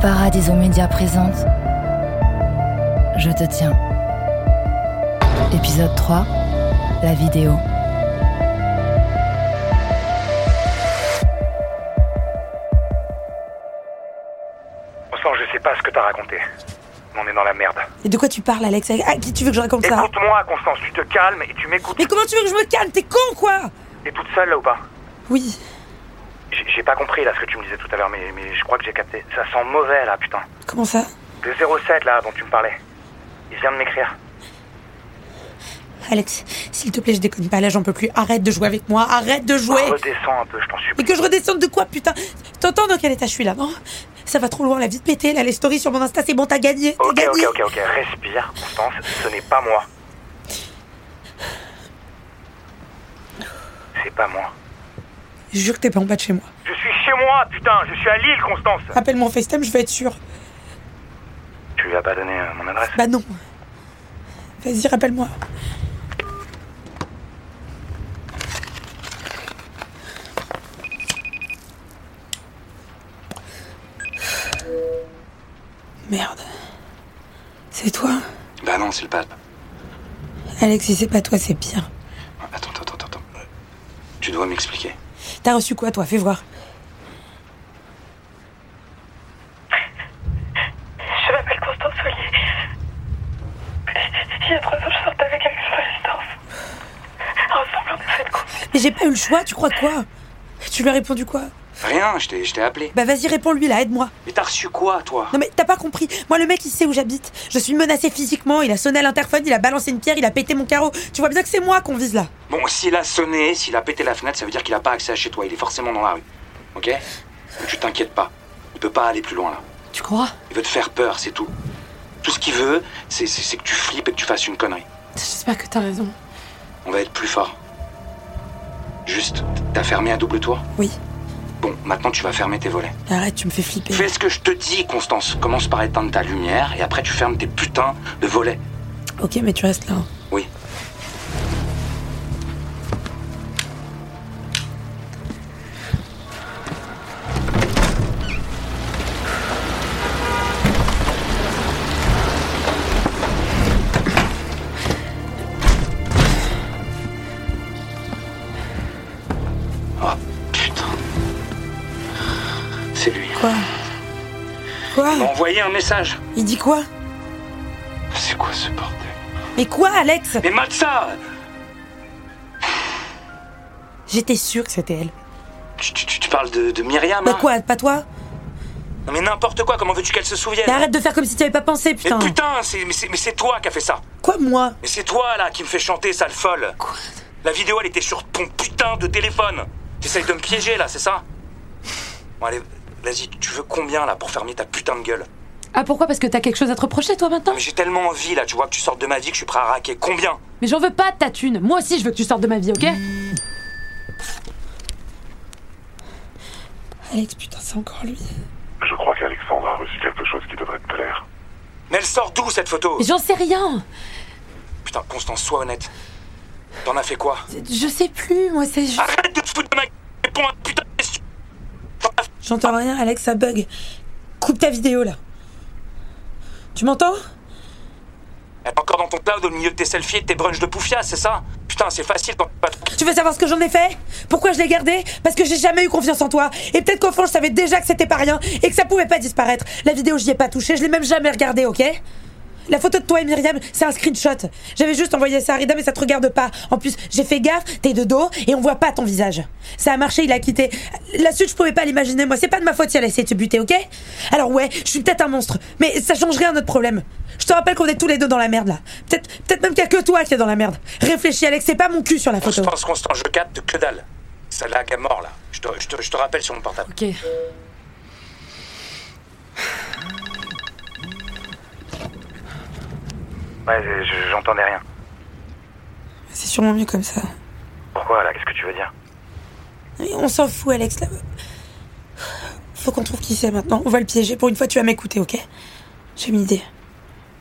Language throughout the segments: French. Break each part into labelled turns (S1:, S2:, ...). S1: Paradis aux médias présente Je te tiens. Épisode 3 La vidéo.
S2: Au sens, je sais pas ce que t'as raconté. Mais On est dans la merde.
S3: Et de quoi tu parles, Alex À qui tu veux que je raconte ça
S2: Écoute-moi, Constance, tu te calmes et tu m'écoutes.
S3: Mais comment tu veux que je me calme T'es con, quoi
S2: T'es toute seule là ou pas
S3: Oui.
S2: J'ai j'ai pas compris là ce que tu me disais tout à l'heure, mais, mais je crois que j'ai capté. Ça sent mauvais là, putain.
S3: Comment ça
S2: Le 07 là dont tu me parlais. Il vient de m'écrire.
S3: Alex, s'il te plaît, je déconne pas, là, j'en peux plus. Arrête de jouer avec moi, arrête de
S2: Ah,
S3: jouer
S2: Redescends un peu, je t'en supplie.
S3: Mais que je redescende de quoi, putain T'entends dans quel état je suis, là, non Ça va trop loin, la vie de péter, là, les stories sur mon Insta, c'est bon, t'as gagné T'as
S2: Ok, ok,
S3: gagné
S2: ok, ok. Respire, Constance. Ce n'est pas moi. C'est pas moi.
S3: Je jure que t'es pas en bas de chez moi.
S2: Je suis chez moi, putain. Je suis à Lille, Constance.
S3: Appelle-moi en FaceTime, je vais être sûre.
S2: Tu lui as pas donné euh, mon adresse
S3: Bah non. Vas-y, rappelle-moi. Merde. C'est toi
S2: Bah non, c'est le pape.
S3: Alex, si c'est pas toi, c'est pire.
S2: Ah, Attends, attends, attends, attends. Tu dois m'expliquer.
S3: T'as reçu quoi, toi Fais voir.
S4: Je m'appelle Constance Ollier. Il y a trois ans, je sortais avec Alex Résistance. Ensemble, on a fait une course.
S3: Mais j'ai pas eu le choix, tu crois quoi Tu lui as répondu quoi
S2: Rien, je t'ai je t'ai appelé.
S3: Bah vas-y, réponds-lui là, aide-moi.
S2: Mais t'as reçu quoi, toi
S3: Non mais t'as pas compris. Moi le mec il sait où j'habite. Je suis menacée physiquement. Il a sonné à l'interphone, il a balancé une pierre, il a pété mon carreau. Tu vois bien que c'est moi qu'on vise là.
S2: Bon, s'il a sonné, s'il a pété la fenêtre, ça veut dire qu'il a pas accès à chez toi. Il est forcément dans la rue. Ok Donc tu t'inquiètes pas. Il peut pas aller plus loin, là.
S3: Tu crois
S2: Il veut te faire peur, c'est tout. Tout ce qu'il veut, c'est- c'est c'est que tu flippes et que tu fasses une connerie.
S3: J'espère que t'as raison.
S2: On va être plus fort. Juste, t'as fermé à double tour
S3: Oui.
S2: Bon, maintenant tu vas fermer tes volets.
S3: Arrête, tu me fais flipper.
S2: Fais ce que je te dis, Constance. Commence par éteindre ta lumière et après tu fermes tes putains de volets.
S3: Ok, mais tu restes là. hein.
S2: Oui. Oh putain. C'est lui.
S3: Quoi Quoi
S2: Il m'a envoyé un message.
S3: Il dit quoi
S2: C'est quoi ce bordel
S3: Mais quoi, Alex
S2: Mais mate ça
S3: J'étais sûre que c'était elle.
S2: Tu, tu- tu- tu parles de, de Myriam
S3: Bah
S2: hein
S3: quoi, pas toi
S2: Non mais n'importe quoi, comment veux-tu qu'elle se souvienne
S3: Mais arrête de faire comme si tu avais pas pensé,
S2: Mais
S3: putain.
S2: putain, c'est- mais c'est mais c'est toi qui as fait ça
S3: Quoi, moi
S2: Mais c'est toi là qui me fait chanter, sale folle Quoi La vidéo elle était sur ton putain de téléphone T'essayes de me piéger là, c'est ça Bon allez, vas-y, tu veux combien là pour fermer ta putain de gueule
S5: Ah pourquoi Parce que t'as quelque chose à te reprocher toi maintenant
S2: Mais j'ai tellement envie là, tu vois que tu sortes de ma vie que je suis prêt à raquer. Combien
S5: Mais j'en veux pas de ta thune Moi aussi je veux que tu sortes de ma vie, ok
S3: Alex, putain, c'est encore lui.
S6: Je crois qu'Alexandre a reçu quelque chose qui devrait te plaire.
S2: Mais elle sort d'où cette photo
S5: Mais j'en sais rien
S2: Putain, Constance, sois honnête. T'en as fait quoi
S5: Je sais plus, moi c'est
S3: Ah,
S5: juste...
S2: Arrête de te foutre de ma gueule Réponds à ta putain de question T'en as fait-
S3: J'entends rien, Alex, ça bug. Coupe ta vidéo là. Tu m'entends
S2: Elle est encore dans ton cloud au milieu de tes selfies et de tes brunchs de poufias, c'est ça Putain, c'est facile quand t'es pas trop-
S3: Tu veux savoir ce que j'en ai fait Pourquoi je l'ai gardé Parce que j'ai jamais eu confiance en toi. Et peut-être qu'au fond, je savais déjà que c'était pas rien et que ça pouvait pas disparaître. La vidéo, j'y ai pas touché, je l'ai même jamais regardée, ok la photo de toi et Myriam, c'est un screenshot. J'avais juste envoyé ça à Rida, mais ça te regarde pas. En plus, j'ai fait gaffe, t'es de dos et on voit pas ton visage. Ça a marché, il a quitté. La suite, je pouvais pas l'imaginer, moi. C'est pas de ma faute si elle a essayé de te buter, ok Alors ouais, je suis peut-être un monstre, mais ça change rien à notre problème. Je te rappelle qu'on est tous les deux dans la merde, là. Peut-être peut même qu'il y a que toi qui est dans la merde. Réfléchis, Alex, c'est pas mon cul sur la photo.
S2: Constance, Constance, je capte que dalle. Celle-là qui est mort, là. Je te, je te- je te rappelle sur mon portable.
S5: Ok.
S7: Ouais, je- je- j'entendais rien.
S3: C'est sûrement mieux comme ça.
S7: Pourquoi là Qu'est-ce que tu veux dire
S3: Mais on s'en fout, Alex. Là. Faut qu'on trouve qui c'est maintenant. On va le piéger. Pour une fois, tu vas m'écouter, ok J'ai une idée.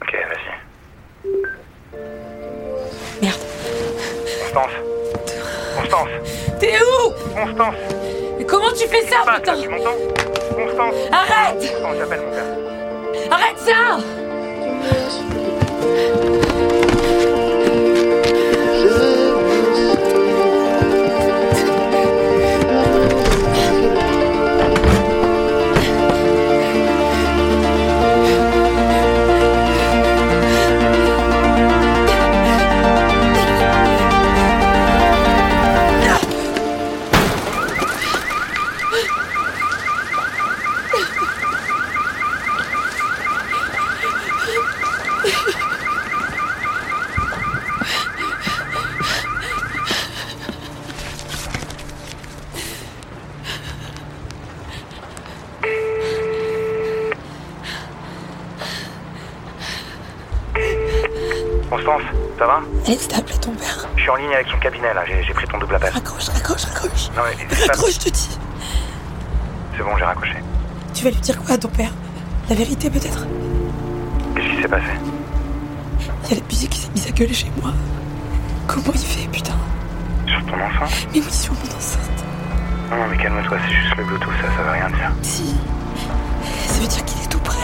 S7: Ok, vas-y.
S3: Merde.
S7: Constance Constance
S3: T'es où
S7: Constance
S8: Mais Comment tu fais ça,
S9: Passe, là,
S8: putain
S9: tu m'entends Constance
S8: Arrête
S9: Constance, j'appelle mon père.
S8: Arrête ça
S2: Constance, ça va
S3: Alex, t'as appelé ton père.
S2: Je suis en ligne avec son cabinet là, j'ai j'ai pris ton double appel.
S3: Raccroche, raccroche, raccroche.
S2: Non mais c'est pas-
S3: Raccroche, je te dis.
S2: c'est bon, j'ai raccroché.
S3: Tu vas lui dire quoi à ton père La vérité, peut-être
S2: Qu'est-ce qui s'est passé
S3: Il y a la musique qui s'est mise à gueuler chez moi. Comment il fait, putain
S2: Sur ton enceinte
S3: Mais oui, sur mon enceinte.
S2: Non, non mais calme-toi, c'est juste le Bluetooth, ça, ça veut rien dire.
S3: Si. Ça veut dire qu'il est tout prêt.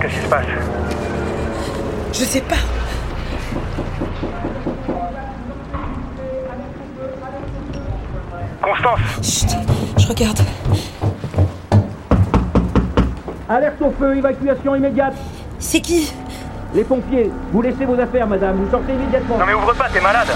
S2: Qu'est-ce qui se passe
S3: Je sais pas.
S2: Constance
S3: Chut, je regarde.
S10: Alerte au feu, évacuation immédiate.
S3: C'est qui
S10: Les pompiers, vous laissez vos affaires, madame, vous sortez immédiatement.
S2: Non mais ouvre pas, t'es malade